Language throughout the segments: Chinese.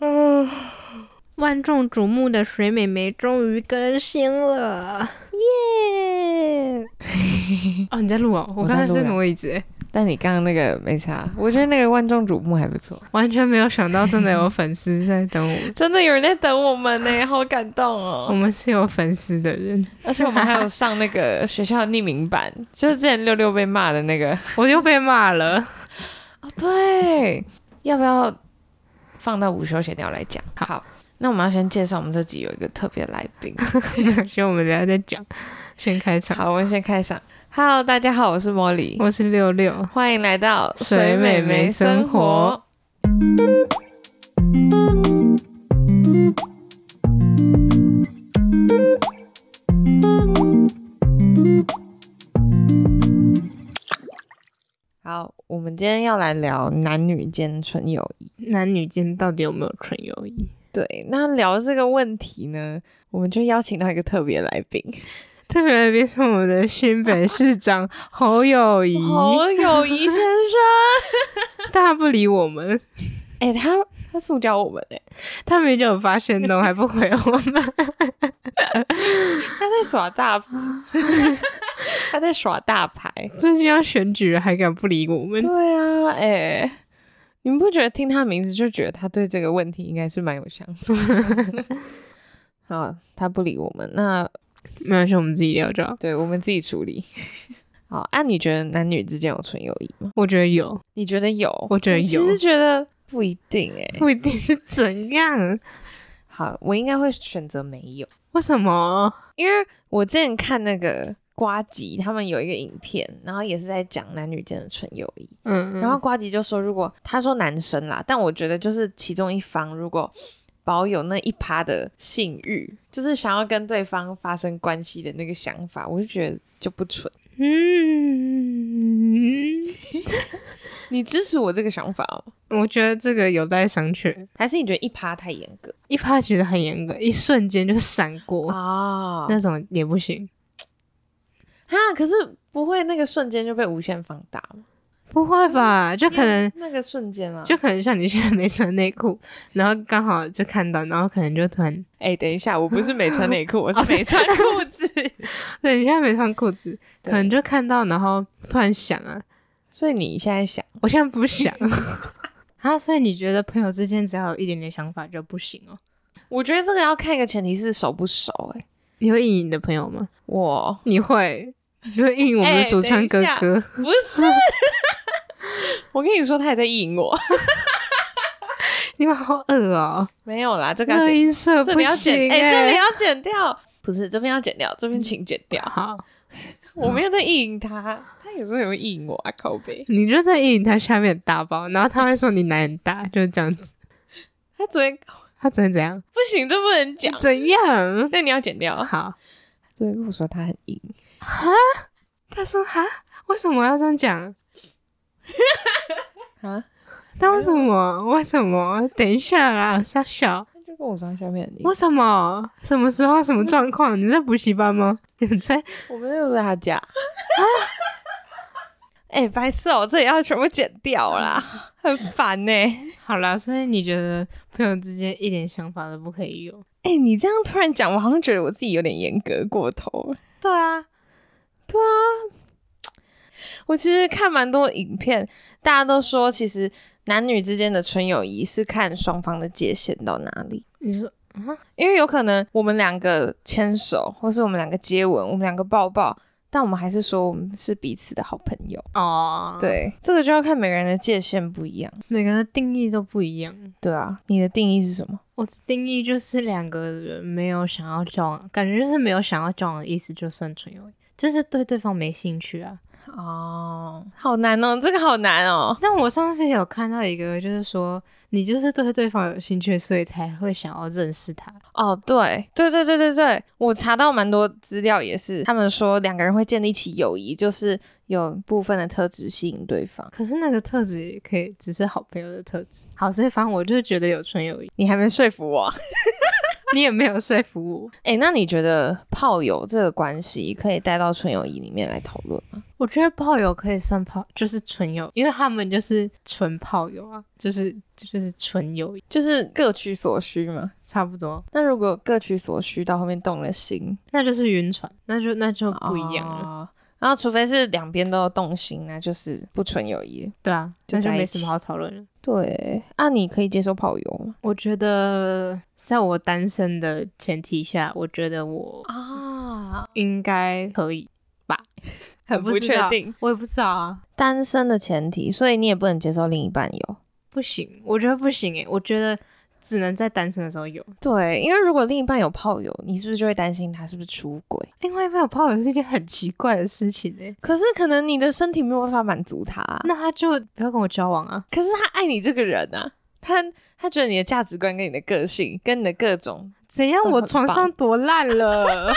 万众瞩目的水美眉终于更新了，耶、 哦，你在录哦？我我刚在才录在呀挪椅子，但你刚刚那个没差，我觉得那个万众瞩目还不错。，完全没有想到真的有粉丝在等我 们真的有人在等我们呢、好感动我哦！们是有粉丝的人。而且我们还有上那个学校匿名 版，就是之前六六被骂的那个。我又被骂了。 哦，对，要不要放到午休闲聊来讲？好那我们要先介绍我们这集有一个特别来 宾。所以我们等一下再讲，先开场。好，我们先开场。Hello，大家好，我是茉莉，我是六六，欢迎来到水美眉生活。好，我们今天要来聊男女间纯友谊。男女间到底有没有纯友谊？对，那聊这个问题呢，我们就邀请到一个特别来宾，特别来宾是我们的新北市长 侯友谊， 侯友谊先生。但他不理我们， 哎、他他塑胶我们哎、他明明就有发现动，还不回我们。他在耍啊大， 他在耍大牌。最近要选举了，还敢不理我们？对啊，哎、你们不觉得听他名字就觉得他对这个问题应该是蛮有想法的？ 好，他不理我们，那没关系，我们自己聊就好。对我们自己处理。好，啊，你觉得男女之间有纯友谊吗？我觉得有，你觉得有？我觉得有其实觉得不一定哎、不一定是怎样。好，我应该会选择没有，为什么？因为我之前看那个瓜吉他们有一个影片，然后也是在讲男女间的纯友谊。嗯，然后瓜吉就说，如果他说男生啦，但我觉得就是其中一方如果保有那一趴的性欲，就是想要跟对方发生关系的那个想法，我就觉得就不纯。嗯，你支持我这个想法哦，我觉得这个有待商榷。还是你觉得一趴太严格一趴觉得很严格，一瞬间就闪过，啊？那种也不行。哈，可是不会那个瞬间就被无限放大吗？不会吧？就可能那个瞬间啊，就可能像你现在没穿内裤，然后刚好就看到，然后可能就突然，哎、等一下，我不是没穿内裤，我是没穿裤子，对，你现在没穿裤子，可对能就看到，然后突然想啊， 所以你现在想，我现在不想。 啊，所以你觉得朋友之间只要有一点点想法就不行哦？我觉得这个要看一个前提是熟不熟、哎，你会意淫你的朋友吗？我你会，你会意淫我们哎的主唱哥等一下哥？ 不是， 我跟你说，他也在意淫我。你们好恶哦、没有啦，这个要这剪，音色这不里要行、剪，哎、哎，这里要剪掉，不是这边要剪掉，这边请剪掉。好，我没有在意淫他，他有时候也会意淫我啊，靠背。你就在意淫他下面很大包，然后他会说你奶很大，就是这样子。他昨天他昨天怎样？不行，哎这不能讲，怎样？那你要剪掉。啊好，昨天跟我说他很硬，他说哈，为什么要这样讲？啊，他为什么？为什么？等一下啦，傻小，他就跟我说他下面很硬。为什么？什么时候？什么状况？你们在补习班吗？你们在？我啊们那时候在他家。 哎、白痴哦、这也要全部剪掉 啦，很烦欸呢、好啦，所以你觉得朋友之间一点想法都不可以有？哎、你这样突然讲，我好像觉得我自己有点严格过头了。对啊，我其实看蛮多影片，大家都说，其实男女之间的纯友谊是看双方的界限到哪里。你说因为有可能我们两个牵手，或是我们两个接吻，我们两个抱抱，但我们还是说我们是彼此的好朋友。哦，，对，这个就要看每个人的界限不一样。每个人的定义都不一样。对啊，你的定义是什么？我的定义就是两个人没有想要交往，感觉就是没有想要交往的意思，就算纯友谊，就是对对方没兴趣啊。哦，好难哦，这个好难哦。但我上次有看到一个，就是说你就是对对方有兴趣，所以才会想要认识他。哦，对，对对对对对，我查到蛮多资料，也是他们说两个人会建立起友谊，就是有部分的特质吸引对方。可是那个特质也可以只是好朋友的特质。好，所以反正我就觉得有纯友谊。 你还没说服我。你也没有说服我。哎、啊那你觉得炮友这个关系可以带到纯友谊里面来讨论吗？我觉得炮友可以算炮，就是纯友，因为他们就是纯炮友啊，就是就是纯友谊，就是各取所需嘛。差不多，那如果各取所需，到后面动了心，那就是晕船，那就那就不一样了。哦然后，除非是两边都有动心，那就是不纯友谊。对啊，就那就在一没起什么好讨论了。对，啊，你可以接受炮友吗？我觉得在我单身的前提下，我觉得我啊，应该可以吧？ 很我不知确道定，我也不知道啊。单身的前提，所以你也不能接受另一半有。不行，我觉得不行诶、欸我觉得只能在单身的时候有。对，因为如果另一半有炮友，你是不是就会担心他是不是出轨？另外一半有炮友是一件很奇怪的事情诶、可是可能你的身体没有办法满足他啊、那他就不要跟我交往啊。可是他爱你这个人啊，他他觉得你的价值观跟你的个性跟你的各种，怎样？都我很床棒上多烂 了？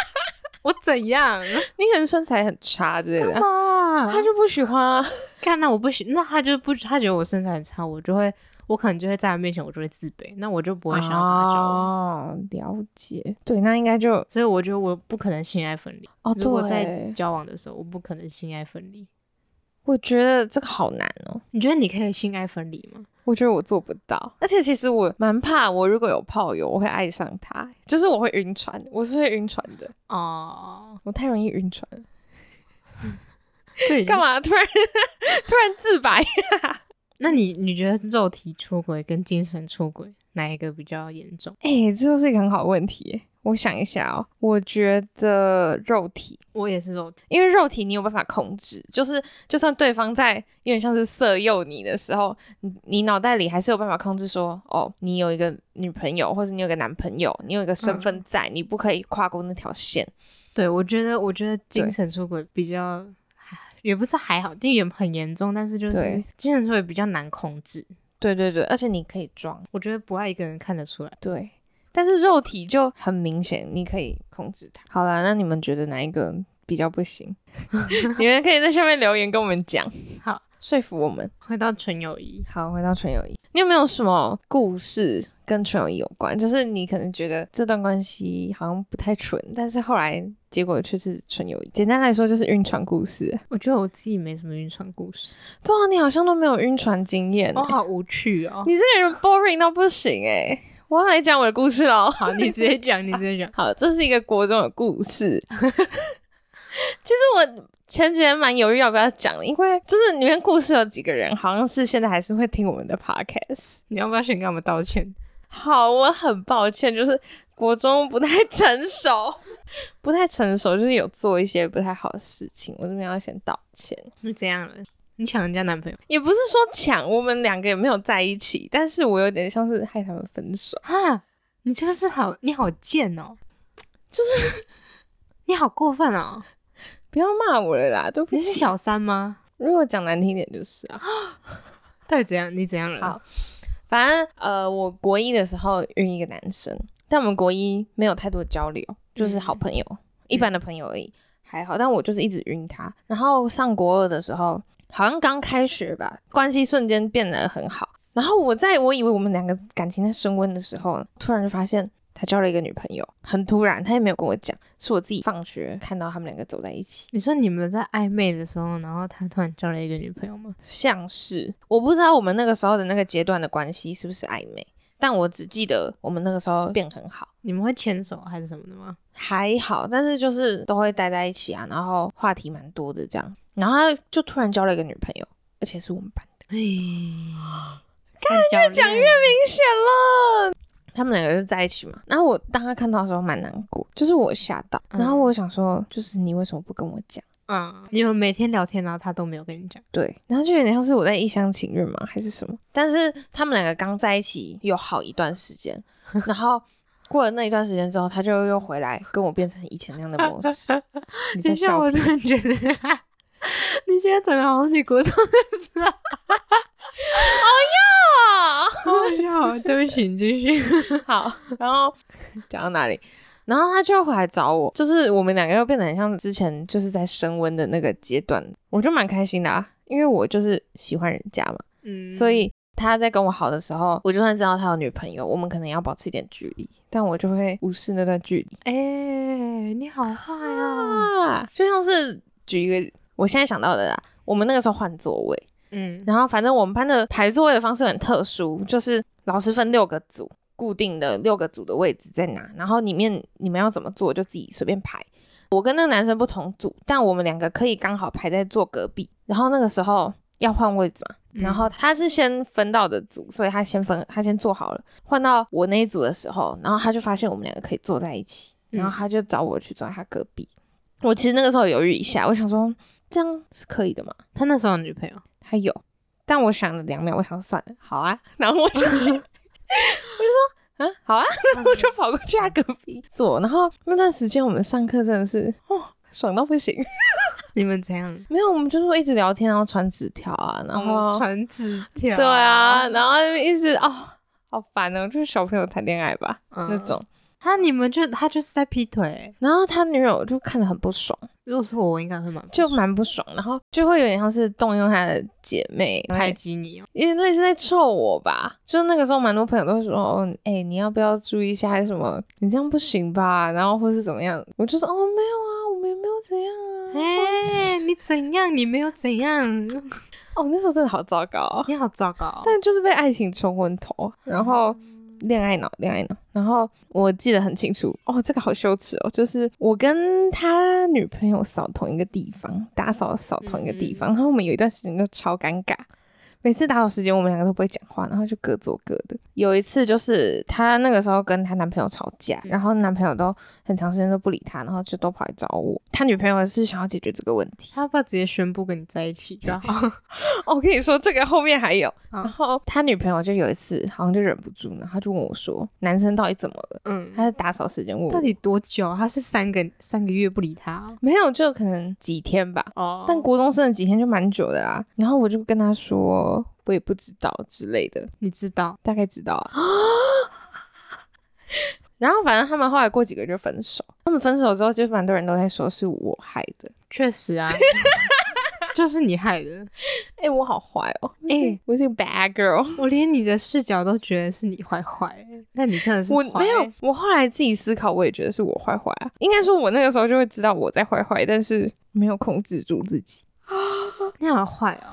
我怎样？你可能身材很差之类的啊，妈他就不喜欢、啊。看那我不行，那他就不，他觉得我身材很差，我就会，我可能就会在他面前，我就会自卑，那我就不会想要跟他交往。哦，了解。对，那应该就所以我觉得我不可能性爱分离。哦，如果对在交往的时候，我不可能性爱分离。我觉得这个好难哦，你觉得你可以性爱分离吗？我觉得我做不到。而且其实我蛮怕，我如果有炮友，我会爱上他，就是我会晕船，我是会晕船的，哦，我太容易晕船了。对， 干？嘛突然突然自白？那你你觉得肉体出轨跟精神出轨哪一个比较严重？哎、这就是一个很好的问题耶。我想一下哦，我觉得肉体，我也是肉体，因为肉体你有办法控制，就是就算对方在有点像是色诱你的时候，你你脑袋里还是有办法控制说，哦，你有一个女朋友，或者你有个男朋友，你有一个身份在，你不可以跨过那条线。对我觉得我觉得精神出轨比较。也不是还好，但也很严重，但是就是对精神出轨比较难控制。对对对，而且你可以装，我觉得不爱一个人看得出来。对，但是肉体就很明显，你可以控制它。好啦，那你们觉得哪一个比较不行？ 你们可以在下面留言跟我们讲， 好说服我们。回到纯友谊，好，回到纯友谊，你有没有什么故事跟纯友谊有关？就是你可能觉得这段关系好像不太纯，但是后来结果却是纯友谊。简单来说，就是晕船故事。我觉得我自己没什么晕船故事，对啊，你好像都没有晕船经验、我、好无趣 哦。你这个人 boring 到不行哎、我要来讲我的故事喽。好，你直接讲，你直接讲。好，这是一个国中的故事。 其实我前几天蛮犹豫要不要讲的，因为就是里面故事有几个人好像是现在还是会听我们的 podcast。你要不要先跟我们道歉？好，我很抱歉，就是国中不太成熟， 不太成熟，就是有做一些不太好的事情，我这边要先道歉。你怎样了？你抢人家男朋友也不是说抢，我们两个也没有在一起，但是我有点像是害他们分手。啊？你就是好，你好贱哦，就是 你好过分哦。不要骂我了啦，对不你起。 是小三吗？如果讲难听一点就是啊，到底怎样？你怎样了？好反正呃，我国一的时候晕一个男生，但我们国一没有太多交流，就是好朋友，一般的朋友而已，还好。但我就是一直晕他。然后上国二的时候，好像刚开学吧，关系瞬间变得很好。然后我在我以为我们两个感情在升温的时候，突然就发现他交了一个女朋友，很突然，他也没有跟我讲，是我自己放学看到他们两个走在一起。你说你们在暧昧的时候，然后他突然交了一个女朋友吗？像是我不知道我们那个时候的那个阶段的关系是不是暧昧，但我只记得我们那个时候变很好，你们会牵手还是什么的 吗？还好，但是就是都会待在一起啊，然后话题蛮多的这样，然后他就突然交了一个女朋友，而且是我们班的，哎，看越讲越明。明显了。他们两个就在一起嘛，然后我当他看到的时候蛮难过，就是我吓到，嗯然后我想说，就是你为什么不跟我讲？嗯，你们每天聊天，然后他都没有跟你讲。对，然后就有点像是我在一厢情愿嘛，还是什么？但是他们两个刚在一起有好一段时间，然后过了那一段时间之后，他就又回来跟我变成以前那样的模 式。你等在一下，笑我屁真的觉得 你现在整个好像你 国中的时候，好啊？好笑哦。对不起，你继续。 好，然后讲到哪里？然后他就回来找我，就是我们两个又变得很像之前就是在升温的那个阶段，我就蛮开心的啊，因为我就是喜欢人家嘛， 嗯所以他在跟我好的时候，我就算知道他有女朋友，我们可能也要保持一点距离，但我就会无视那段距离哎、你好坏 啊！啊。就像是举一个我现在想到的啦，我们那个时候换座位，嗯然后反正我们班的排座位的方式很特殊，就是老师分六个组，固定的六个组的位置在哪，然后里面你们要怎么做就自己随便排。我跟那个男生不同组，但我们两个可以刚好排在坐隔壁。然后那个时候要换位置嘛，嗯然后他是先分到的组，所以他先分，他先坐好了。换到我那一组的时候，然后他就发现我们两个可以坐在一起，嗯然后他就找我去坐在他隔壁。我其实那个时候犹豫一下，我想说这样是可以的吗？他那时候有女朋友，他有，但我想了两秒，我想说算了，好啊，然后我就 我就说啊，好啊，嗯然后 我就跑过去他隔壁坐，然后那段时间我们上课真的是哦。爽到不行， 你们怎样？没有，我们就是会一直聊天，然后传纸条啊，然后、哦传纸条，对啊，，然后一直哦，好烦哦，就是小朋友谈恋爱吧、嗯那种。他你们就他就是在劈腿、然后他女友就看得很不爽，如果是我，我应该会蛮就蛮不爽，然后就会有点像是动用她的姐妹排挤你哦。因为类似在臭我吧，就那个时候蛮多朋友都会说，哦，哎、你要不要注意一下什么？你这样不行吧？然后或是怎么样？我就说，哦，没有啊，我们也没有怎样啊。哎、你怎样？你没有怎样，哦，那时候真的好糟糕哦、你好糟糕哦、但就是被爱情冲昏头，然后恋爱脑，恋爱脑。然后我记得很清楚，哦，这个好羞耻哦，就是我跟他女朋友扫同一个地方，打扫扫同一个地方，然后我们有一段时间就超尴尬。每次打扫时间，我们两个都不会讲话，然后就各做各的。有一次就是她那个时候跟她男朋友吵架，然后男朋友都很长时间都不理她，然后就都跑来找我。她女朋友是想要解决这个问题，他要不要直接宣布跟你在一起就好？ 哦，我跟你说，这个后面还有。嗯然后他女朋友就有一次好像就忍不住，然后他就问我说：“男生到底怎么了？”嗯，他在打扫时间问我，到底多久？啊他是三个三个月不理他没有，就可能几天吧。哦但国中生的几天就蛮久的啦。然后我就跟他说，我也不知道之类的，你知道，大概知道 啊。然后反正他们后来过几个月就分手。他们分手之后，就蛮多人都在说是我害的。确实啊， 就是你害的。哎、我好坏哦！哎、哎我是个 bad girl。我连你的视角都觉得是你坏坏，那你真的是我坏没有，我后来自己思考，我也觉得是我坏坏啊。应该说，我那个时候就会知道我在坏坏，但是没有控制住自己。你好坏哦。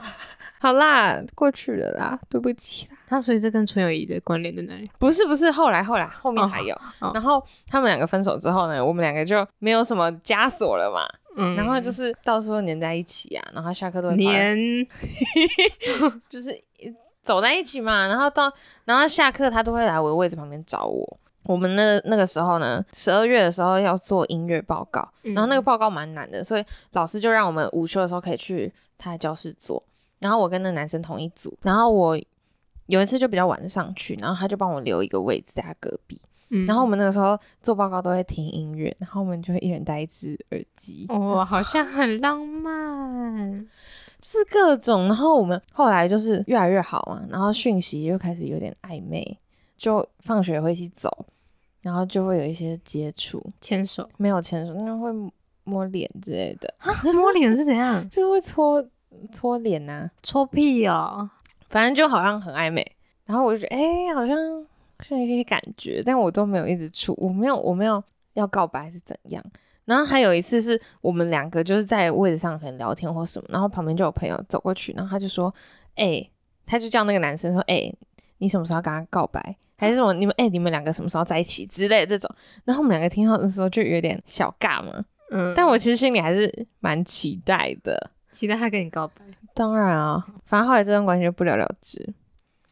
好啦，过去了啦，对不起啦。那所以这跟纯友谊的关联在哪里？不是不是，后来后来后面还有。哦然后他们两个分手之后呢，我们两个就没有什么枷锁了嘛。嗯然后就是到处都黏在一起啊，然后下课都会跑来年就是呃走在一起嘛，然后到然后下课他都会来我的位置旁边找我。我们那那个时候呢，十二月的时候要做音乐报告，嗯然后那个报告蛮难的，所以老师就让我们午休的时候可以去他的教室做。然后我跟那男生同一组，然后我有一次就比较晚上去，然后他就帮我留一个位置在他隔壁。嗯然后我们那个时候做报告都会听音乐，然后我们就会一人戴一只耳机。哦，好像很浪漫。就是各种，然后我们后来就是越来越好嘛，然后讯息又开始有点暧昧，就放学会一起走，然后就会有一些接触，牵手没有牵手，那会摸脸之类的，摸脸是怎 样？就会搓搓脸呐、搓屁哦。反正就好像很暧昧。然后我就觉得，哎、好像是有一些感觉，但我都没有一直处，我没有，我没有要告白还是怎样。然后还有一次是我们两个就是在位置上可能聊天或什么，然后旁边就有朋友走过去，然后他就说，哎、他就叫那个男生说，哎、你什么时候要跟他告白？还是什么？你们哎、你们两个什么时候在一起之类的这种？然后我们两个听到的时候就有点小尬嘛，嗯但我其实心里还是蛮期待的。期待他跟你告白。当然啊，反正后来这段关系就不了了之。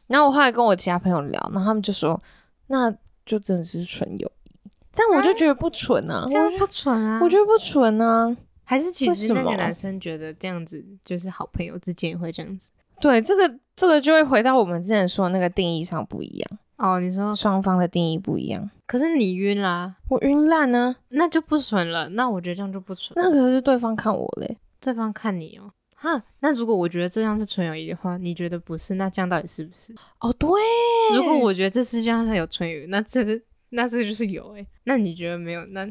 然后我后来跟我其他朋友聊，然后他们就说，那就真的是纯友谊。但我就觉得不纯啊，这样不蠢啊！我觉得不纯啊。还是其实那为个什么男生觉得这样子就是好朋友之间也会这样子。对，这个这个就会回到我们之前说的那个定义上不一样，哦，你说，双方的定义不一样。可是你晕啦、我晕烂啊呢、那就不蠢了。那我觉得这样就不蠢。那可是对方看我嘞，对方看你哦。哈，那如果我觉得这样是纯友谊的话，你觉得不是？那这样到底是不是？哦对，如果我觉得这世界上有纯友谊，那这是那这就是有诶、那你觉得没有？那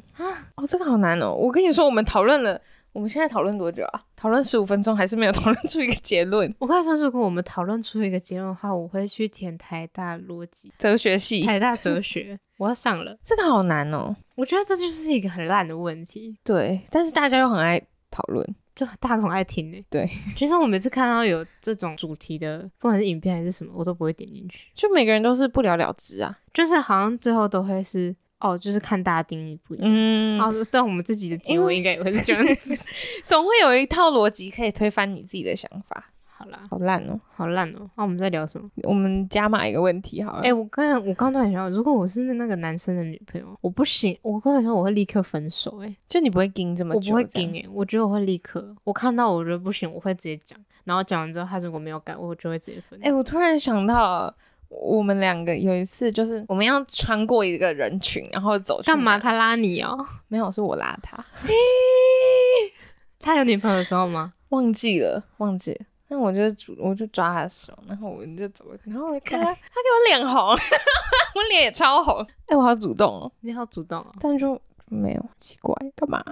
哦这个好难哦，我跟你说，我们讨论了。我们现在讨论多久啊？讨论十五分钟，还是没有讨论出一个结论。我跟你说，如果我们讨论出一个结论的话，我会去填台大逻辑、哲学系，台大哲学， 我要上了。这个好难哦。我觉得这就是一个很烂的问题，对，但是大家又很爱讨论。就大同爱听呢、对，其实我每次看到有这种主题的，不管是影片还是什么，我都不会点进去，就每个人都是不了了之啊。就是好像最后都会是哦，就是看大家定义不一样。嗯然后，但我们自己的结因尾为应该也会是这样子。 总会有一套逻辑可以推翻你自己的想法。好啦，好烂哦！好烂哦、那、我们在聊什么？我们加码一个问题好了。哎、我刚才我刚突然想到，如果我是那个男生的女朋友，我不行，我跟你说我会立刻分手、欸。就你不会盯这么我久？不会顶。哎、我觉得我会立刻，我看到我觉得不行，我会直接讲。然后讲完之后，他如果没有改，我就会直接分。哎、我突然想到，我们两个有一次就是我们要穿过一个人群，然后走去干嘛哪他拉你哦、 没有，是我拉他，他有女朋友的时候吗？忘记了，忘记了。那我就主我就抓他的手，然后我们就走过去，然后我就看 他，他给我脸红， 我脸也超红。哎、我好主动哦，你好主动哦、但就没有奇怪，干嘛？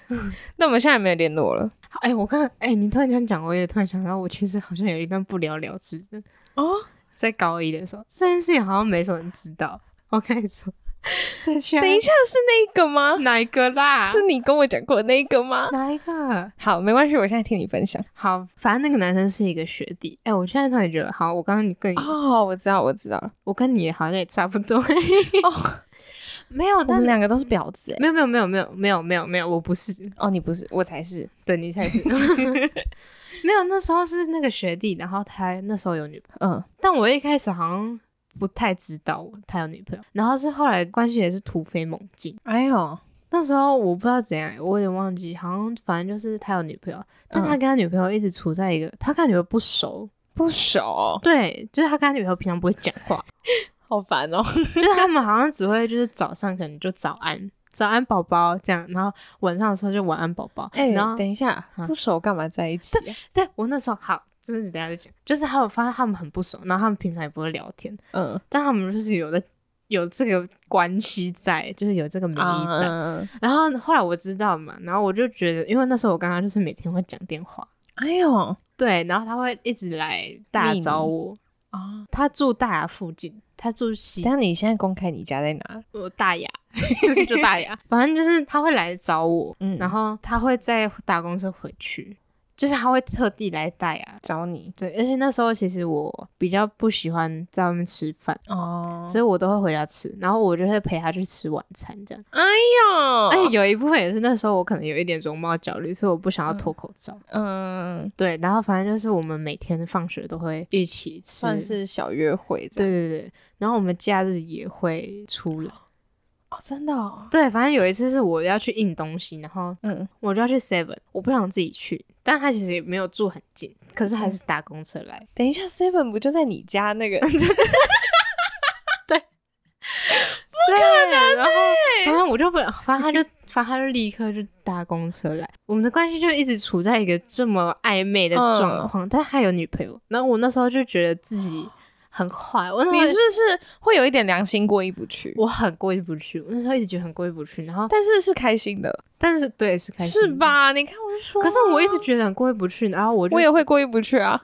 那我们现在也没有联络了。哎、我刚哎、你突然这样讲，我也突然想到，我其实好像有一段不了了之的。哦，在高一的时候，这件事情好像没什么人知道。我跟你说，这下 等一下是那个吗？哪一个啦？是你跟我讲过的那个吗？哪一个？好，没关系，我现在听你分享。好，反正那个男生是一个学弟。哎、我现在突然觉得，好，我刚刚你跟你、哦，我知道，我知道了。我跟你好像也差不多。哦，没 有，我但们两个都是婊子哎。没有没有没有没有没有没有没有，我不是，哦，你不是，我才是。对你才 是。没有，那时候是那个学弟，然后他那时候有女朋友，嗯，但我一开始好像不太知道他有女朋友，然后是后来关系也是突飞猛进。哎呦，那时候我不知道怎样，我有点忘记，好像反正就是他有女朋友，但他嗯跟他女朋友一直处在一个，他跟他女朋友不熟，不熟，对，就是他跟他女朋友平常不会讲 话，好烦哦。就是他们好像只会就是早上可能就早安。早安宝宝这样，然后晚上的时候就晚安宝宝，哎，然后等一下，啊不熟干嘛在一起啊？对我那时候好，这是等一下再讲。就是还有发现他们很不熟，然后他们平常也不会聊天，嗯，但他们就是有的有这个关系在，就是有这个名义在。啊，然后后来我知道嘛，然后我就觉得，因为那时候我刚刚就是每天会讲电话，哎呦，对，然后他会一直来大密你找我。啊，他住大雅附近，他住西等一下你现在公开你家在哪？我大雅， 就大雅，反正就是他会来找我，嗯然后他会在搭公车回去，就是他会特地来大雅找你对，而且那时候其实我比较不喜欢在外面吃饭，哦所以我都会回家吃，然后我就会陪他去吃晚餐这样。哎呦，而且有一部分也是那时候我可能有一点容貌焦虑，所以我不想要脱口罩。嗯，对，然后反正就是我们每天放学都会一起吃，算是小约会这对样。对对。然后我们假日也会出来。哦，真的哦。对，反正有一次是我要去印东西，然后嗯，我就要去 Seven，我不想自己去，但他其实也没有住很近，可是还嗯是搭公车来。等一下，Seven 不就在你家那个？ 对，然后反正我就不，反正他就，反正他就立刻就搭公车来。我们的关系就一直处在一个这么暧昧的嗯状况，但他有女朋友，然后我那时候就觉得自己很坏，我那你是时不候是会有一点良心过意不去？我很过意不去，我那时候一直觉得很过意不去。然后，但是是开心的，但是对是开心是？吧？你看我就说啊，可是我一直觉得很过意不去，然后我就我也会过意不去啊，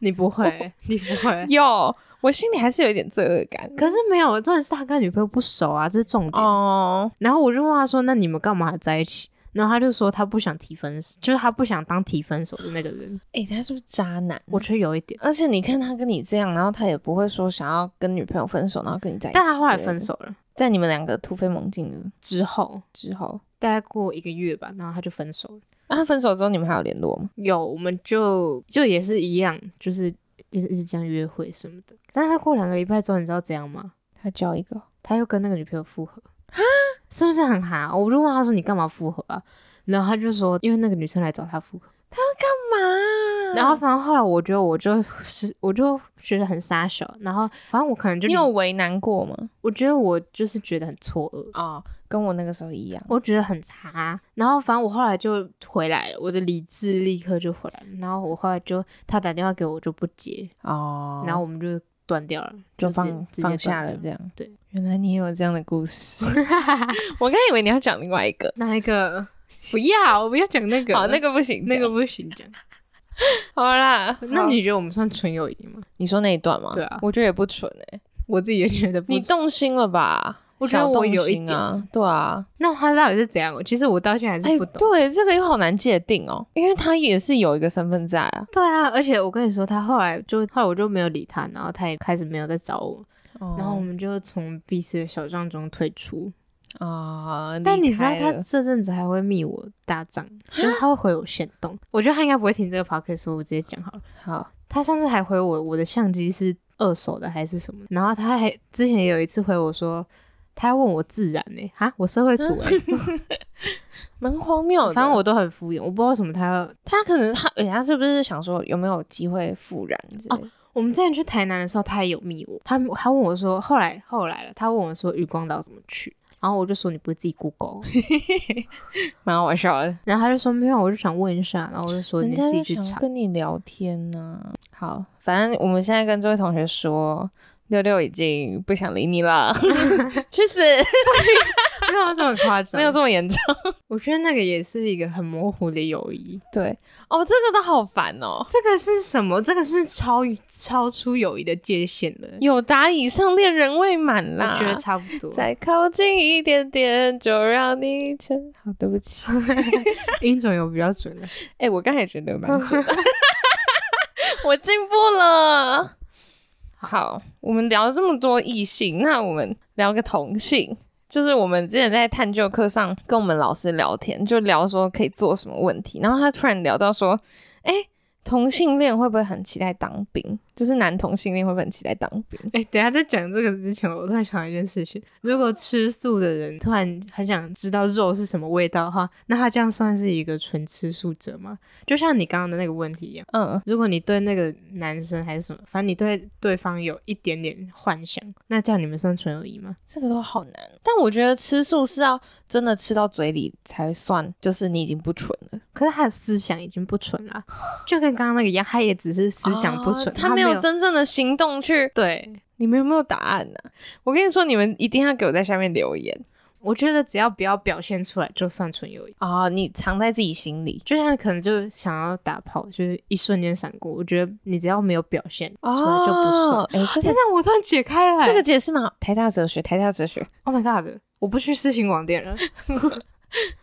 你不会，你不会。有，我心里还是有一点罪恶感。可是没有，重点是他跟女朋友不熟啊，这是重点。哦，然后我就问他说：“那你们干嘛还在一起？”然后他就说他不想提分手，就是他不想当提分手的那个人。哎、他是不是渣男？我觉得有一点，而且你看他跟你这样，然后他也不会说想要跟女朋友分手，然后跟你在一起。但他后来分，手了在你们两个突飞猛进的之后，之后，大概过一个月吧，然后他就分手了。那、他分手之后你们还有联络吗？有，我们就就也是一样，就是一直一直这样约会什么的。但他过两个礼拜之后，你知道怎样吗？他交一个，他又跟那个女朋友复合，是不是很哈？我就问他说：“你干嘛复合啊？”然后他就说：“因为那个女生来找他复合。”嘛然后反正后来我觉得我就是 我就觉得很傻小，然后反正我可能就你有为难过吗？我觉得我就是觉得很错愕，哦，跟我那个时候一样。我觉得很差。然后反正我后来就回来了，我的理智立刻就回来了。然后我后来就他打电话给我我就不接，哦，然后我们就断掉了，就直放直接放下断了，掉这样。对， 原来你也有这样的故事。我刚以为你要讲另外一个，哪一个？不要，我不要讲那个。好，那个不行，那个不行讲。好啦。 那好你觉得我们算纯友谊吗？你说那一段吗？对啊我觉得也不蠢哎、我自己也觉得不你纯。动心了吧？我觉得我有一小动心啊，对啊，那他到底是怎样？其实我到现在还哎、是不懂。对，这个又好难界定哦，因为他也是有一个身份在啊。对啊，而且我跟你说，他后来就后来我就没有理他，然后他也开始没有再找哦我，然后我们就从彼此的小账中退出。啊，但你离知道开他了这阵子还会密我搭账， 就是他会回我线动。我觉得他应该不会听这个 podcast，所以我直接讲好了。好，他上次还回我，我的相机是二手的还是什么？然后他还之前也有一次回我说，他还问我自然呢、哈，我社会主义、蛮荒谬的。反正我都很敷衍，我不知道为什么他要。他可能他人家是不是想说有没有机会复燃之类的？我们之前去台南的时候，他也有密我，他他问我说，后来后来了，他问我说渔光岛怎么去，然后我就说你不是自己 Google，哦蛮好笑的。然后他就说没有，我就想问一下，然后我就说人你家自己就去想查。跟你聊天呢、好，反正我们现在跟这位同学说，六六已经不想理你 了，去死！没有这么夸张， 没有这么严重。我觉得那个也是一个很模糊的友谊。对，哦，这个都好烦哦。这个是什么？这个是超超出友谊的界限了。有答以上恋人未满啦，我觉得差不多。再靠近一点点，就让你全。好，对不起。音准有比较准了。哎、我刚才也觉得蛮 准的，我进步了。好，我们聊了这么多异性，那我们聊个同性，就是我们之前在探究课上跟我们老师聊天，就聊说可以做什么问题，然后他突然聊到说，哎、同性恋会不会很期待当兵？就是男同性恋会不会很期待当兵？哎、等一下在讲这个之前，我突然想到一件事情：如果吃素的人突然很想知道肉是什么味道的话，那他这样算是一个纯吃素者吗？就像你刚刚的那个问题一样，嗯，如果你对那个男生还是什么，反正你对对方有一点点幻想，那这样你们算纯友谊吗？这个都好难。哦但我觉得吃素是要真的吃到嘴里才算，就是你已经不纯了。可是他的思想已经不纯了，就跟刚刚那个一样，他也只是思想不纯，哦他他没有有真正的行动去。对。你们有没有答案呢、我跟你说，你们一定要给我在下面留言我觉得只要不要表现出来，就算纯友谊。啊、你藏在自己心里就像可能就想要打炮，就是一瞬间闪过。我觉得你只要没有表现出来就不算。哦哎、这天个哪，我突然解开了欸、这个解释蛮好，台大哲学，台大哲学， ，Oh my God！我不去私信网店了，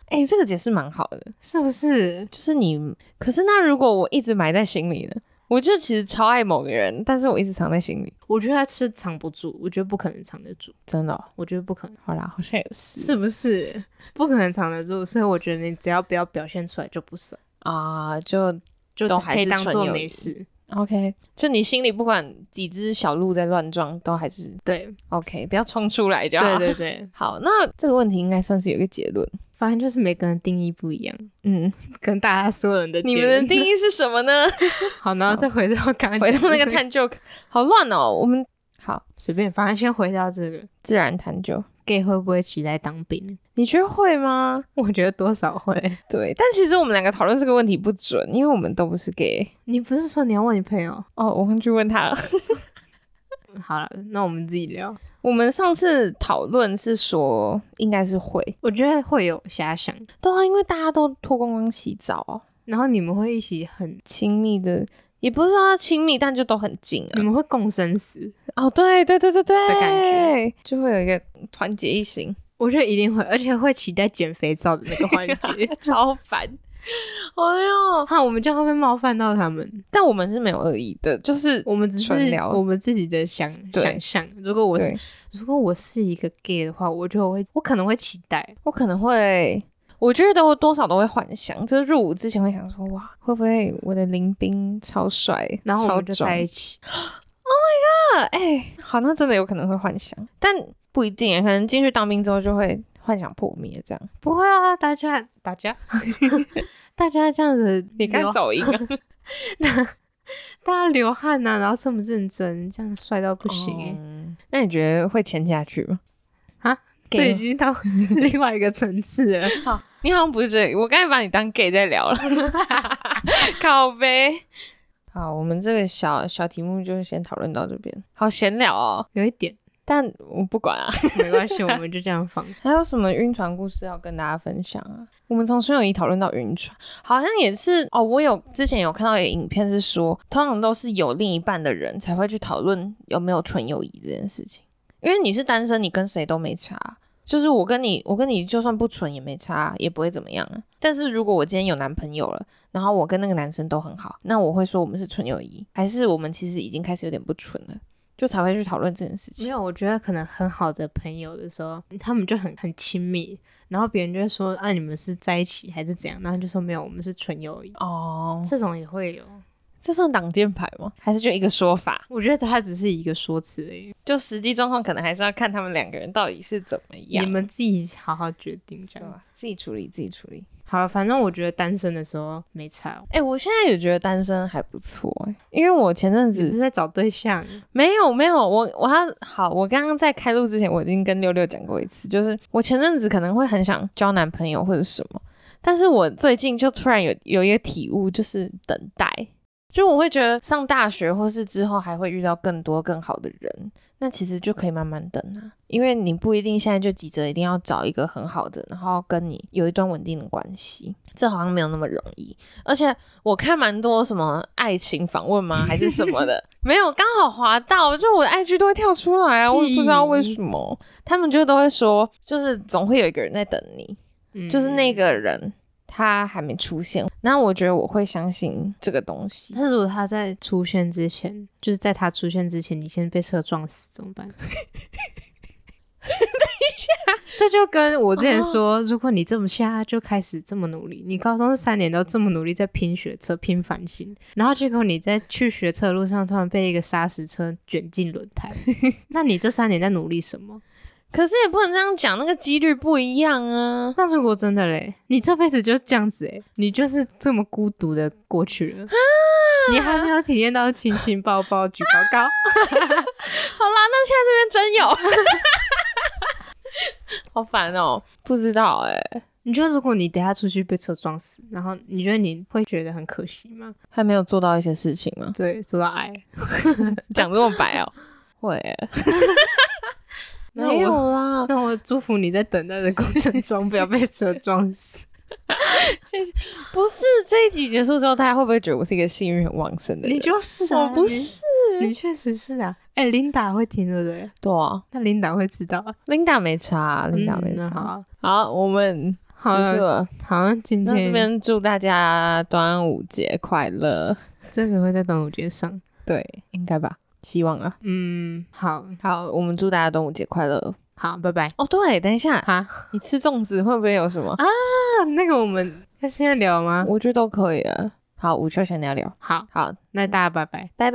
哎、这个解释蛮好的，是不是？就是你。可是那如果我一直埋在心里呢？我就其实超爱某个人，但是我一直藏在心里，我觉得他是藏不住，我觉得不可能藏得住，真的哦、我觉得不可能，好啦，好像也是是不是？不可能藏得住，所以我觉得你只要不要表现出来就不算，啊、就就都还可以是当做纯友没谊事。 OK，就你心里不管几只小鹿在乱撞，都还是对 OK，不要冲出来就好。对对对，好，那这个问题应该算是有一个结论。反正就是每个人定义不一样，嗯，跟大家所有人的你结们的论定义是什么呢？ 好，然后再回到刚刚回到讲的 那个探究，好乱哦。我们好随便，反正先回到这个自然探究， gay 会不会期待当兵？你觉得会吗？我觉得多少会。对，但其实我们两个讨论这个问题不准，因为我们都不是 gay。你不是说你要问你朋友？哦，我忘记问他了。好了，那我们自己聊。我们上次讨论是说应该是会，我觉得会有遐想，对啊，因为大家都脱光光洗澡哦，然后你们会一起很，亲密的，也不是说亲密，但就都很近啊你。们会共生死。哦，对对对对对，的感觉就会有一个团结一心。。我觉得一定会，而且会期待减肥皂的那个环节 超烦。哎呦！哈，我们这样会不会冒犯到他们？但我们是没有恶意的，就是我们只是纯聊我们自己的想对想象。如果我对是如果我是一个 gay 的话，我觉得我会我可能会期待，我可能会，我觉得我多少都会幻想，就是入伍之前会想说，哇，会不会我的林兵超帅，然后我超们就壮在一起。啊？哎、好，那真的有可能会幻想，但不一定，可能进去当兵之后就会幻想破灭这样。不会啊，大家大家 大家这样子 流，走音 啊？大家流汗呐、然后这么认真，这样帅到不行哎、嗯那你觉得会潜下去吗？这已经到 另外一个层次了。你好像不是这里，我刚才把你当 gay 在聊了， 靠呗。好，我们这个小小题目就先讨论到这边，好闲聊哦。有一点，但我不管啊。没关系，我们就这样放。还有什么晕船故事要跟大家分享啊？我们从孙友谊讨论到晕船，好像也是哦。我有之前有看到一个影片是说，通常都是有另一半的人才会去讨论有没有纯友谊这件事情，因为你是单身，你跟谁都没差。就是我跟你，我跟你就算不纯也没差，也不会怎么样啊。但是如果我今天有男朋友了，然后我跟那个男生都很好，那我会说我们是纯友谊，还是我们其实已经开始有点不纯了，就才会去讨论这件事 没情。有，我觉得可能很好的朋友的时候，他们就很很亲密，然后别人就会说啊，你们是在一起还是怎样？然后就说没有，我们是纯友谊。哦，这种也会有，这算挡箭牌吗？还是就一个说法？我觉得它只是一个说辞而已，就实际状况可能还是要看他们两个人到底是怎么样。你们自己好好决定这对样。吧？自己处理，自己处理。好了，反正我觉得单身的时候没差，哦哎、我现在也觉得单身还不错、欸，因为我前阵你不子是在找对象，没有没有，我我要好，我刚刚在开录之前，我已经跟六六讲过一次，就是我前阵子可能会很想交男朋友或者什么，但是我最近就突然有有一个体悟，就是等待。就我会觉得上大学或是之后还会遇到更多更好的人，那其实就可以慢慢等啊，因为你不一定现在就急着一定要找一个很好的，然后跟你有一段稳定的关系，这好像没有那么容易。而且我看蛮多什么爱情访问吗，还是什么的，没有，刚好滑到，就我的 IG 都会跳出来啊，我也不知道为什么，他们就都会说，就是总会有一个人在等你，嗯就是那。个人他还没出现，那我觉得我会相信这个东西。但是如果他在出现之前，就是在他出现之前，你先被车撞死怎么 办？等一下，这就跟我之前说，如果你这么下就开始这么努力，你高中这三年都这么努力在拼学车、拼繁星，然后结果你在去学车的路上突然被一个砂石车卷进轮 胎，那你这三年在努力什么？可是也不能这样讲，那个几率不一样啊。那如果真的嘞，你这辈子就这样子诶，你就是这么孤独的过去了，你还没有体验到亲亲抱 抱举高高。好啦，那现在这边真有， 好烦哦、不知道哎、你觉得如果你等下出去被车撞死，然后你觉得你会觉得很可惜吗？还没有做到一些事情吗？ 对，说到爱，讲这么白哦、会欸、那我没有啦，那我祝福你在等待的过程中不要被车撞死。不是这一集结束之后，大家会不会觉得我是一个幸运很旺盛的人？ 你就是啊，我不是，你，你确实是啊。哎、琳达会听对不对？对啊那琳达会知道啊。 ，Linda 没差，Linda 嗯没那差。好啊，好，我们好结束啊，了好啊，今那天这边祝大家端午节快乐。这个会在端午节上。对，应该吧，希望啊。嗯，好好，我们祝大家端午节快乐。好，拜拜。哦，对，等一下，哈，你吃粽子会不会有什么？那啊那个我们要现在聊吗？我觉得都可以啊。好，午休闲聊聊。好，好，那大家拜拜。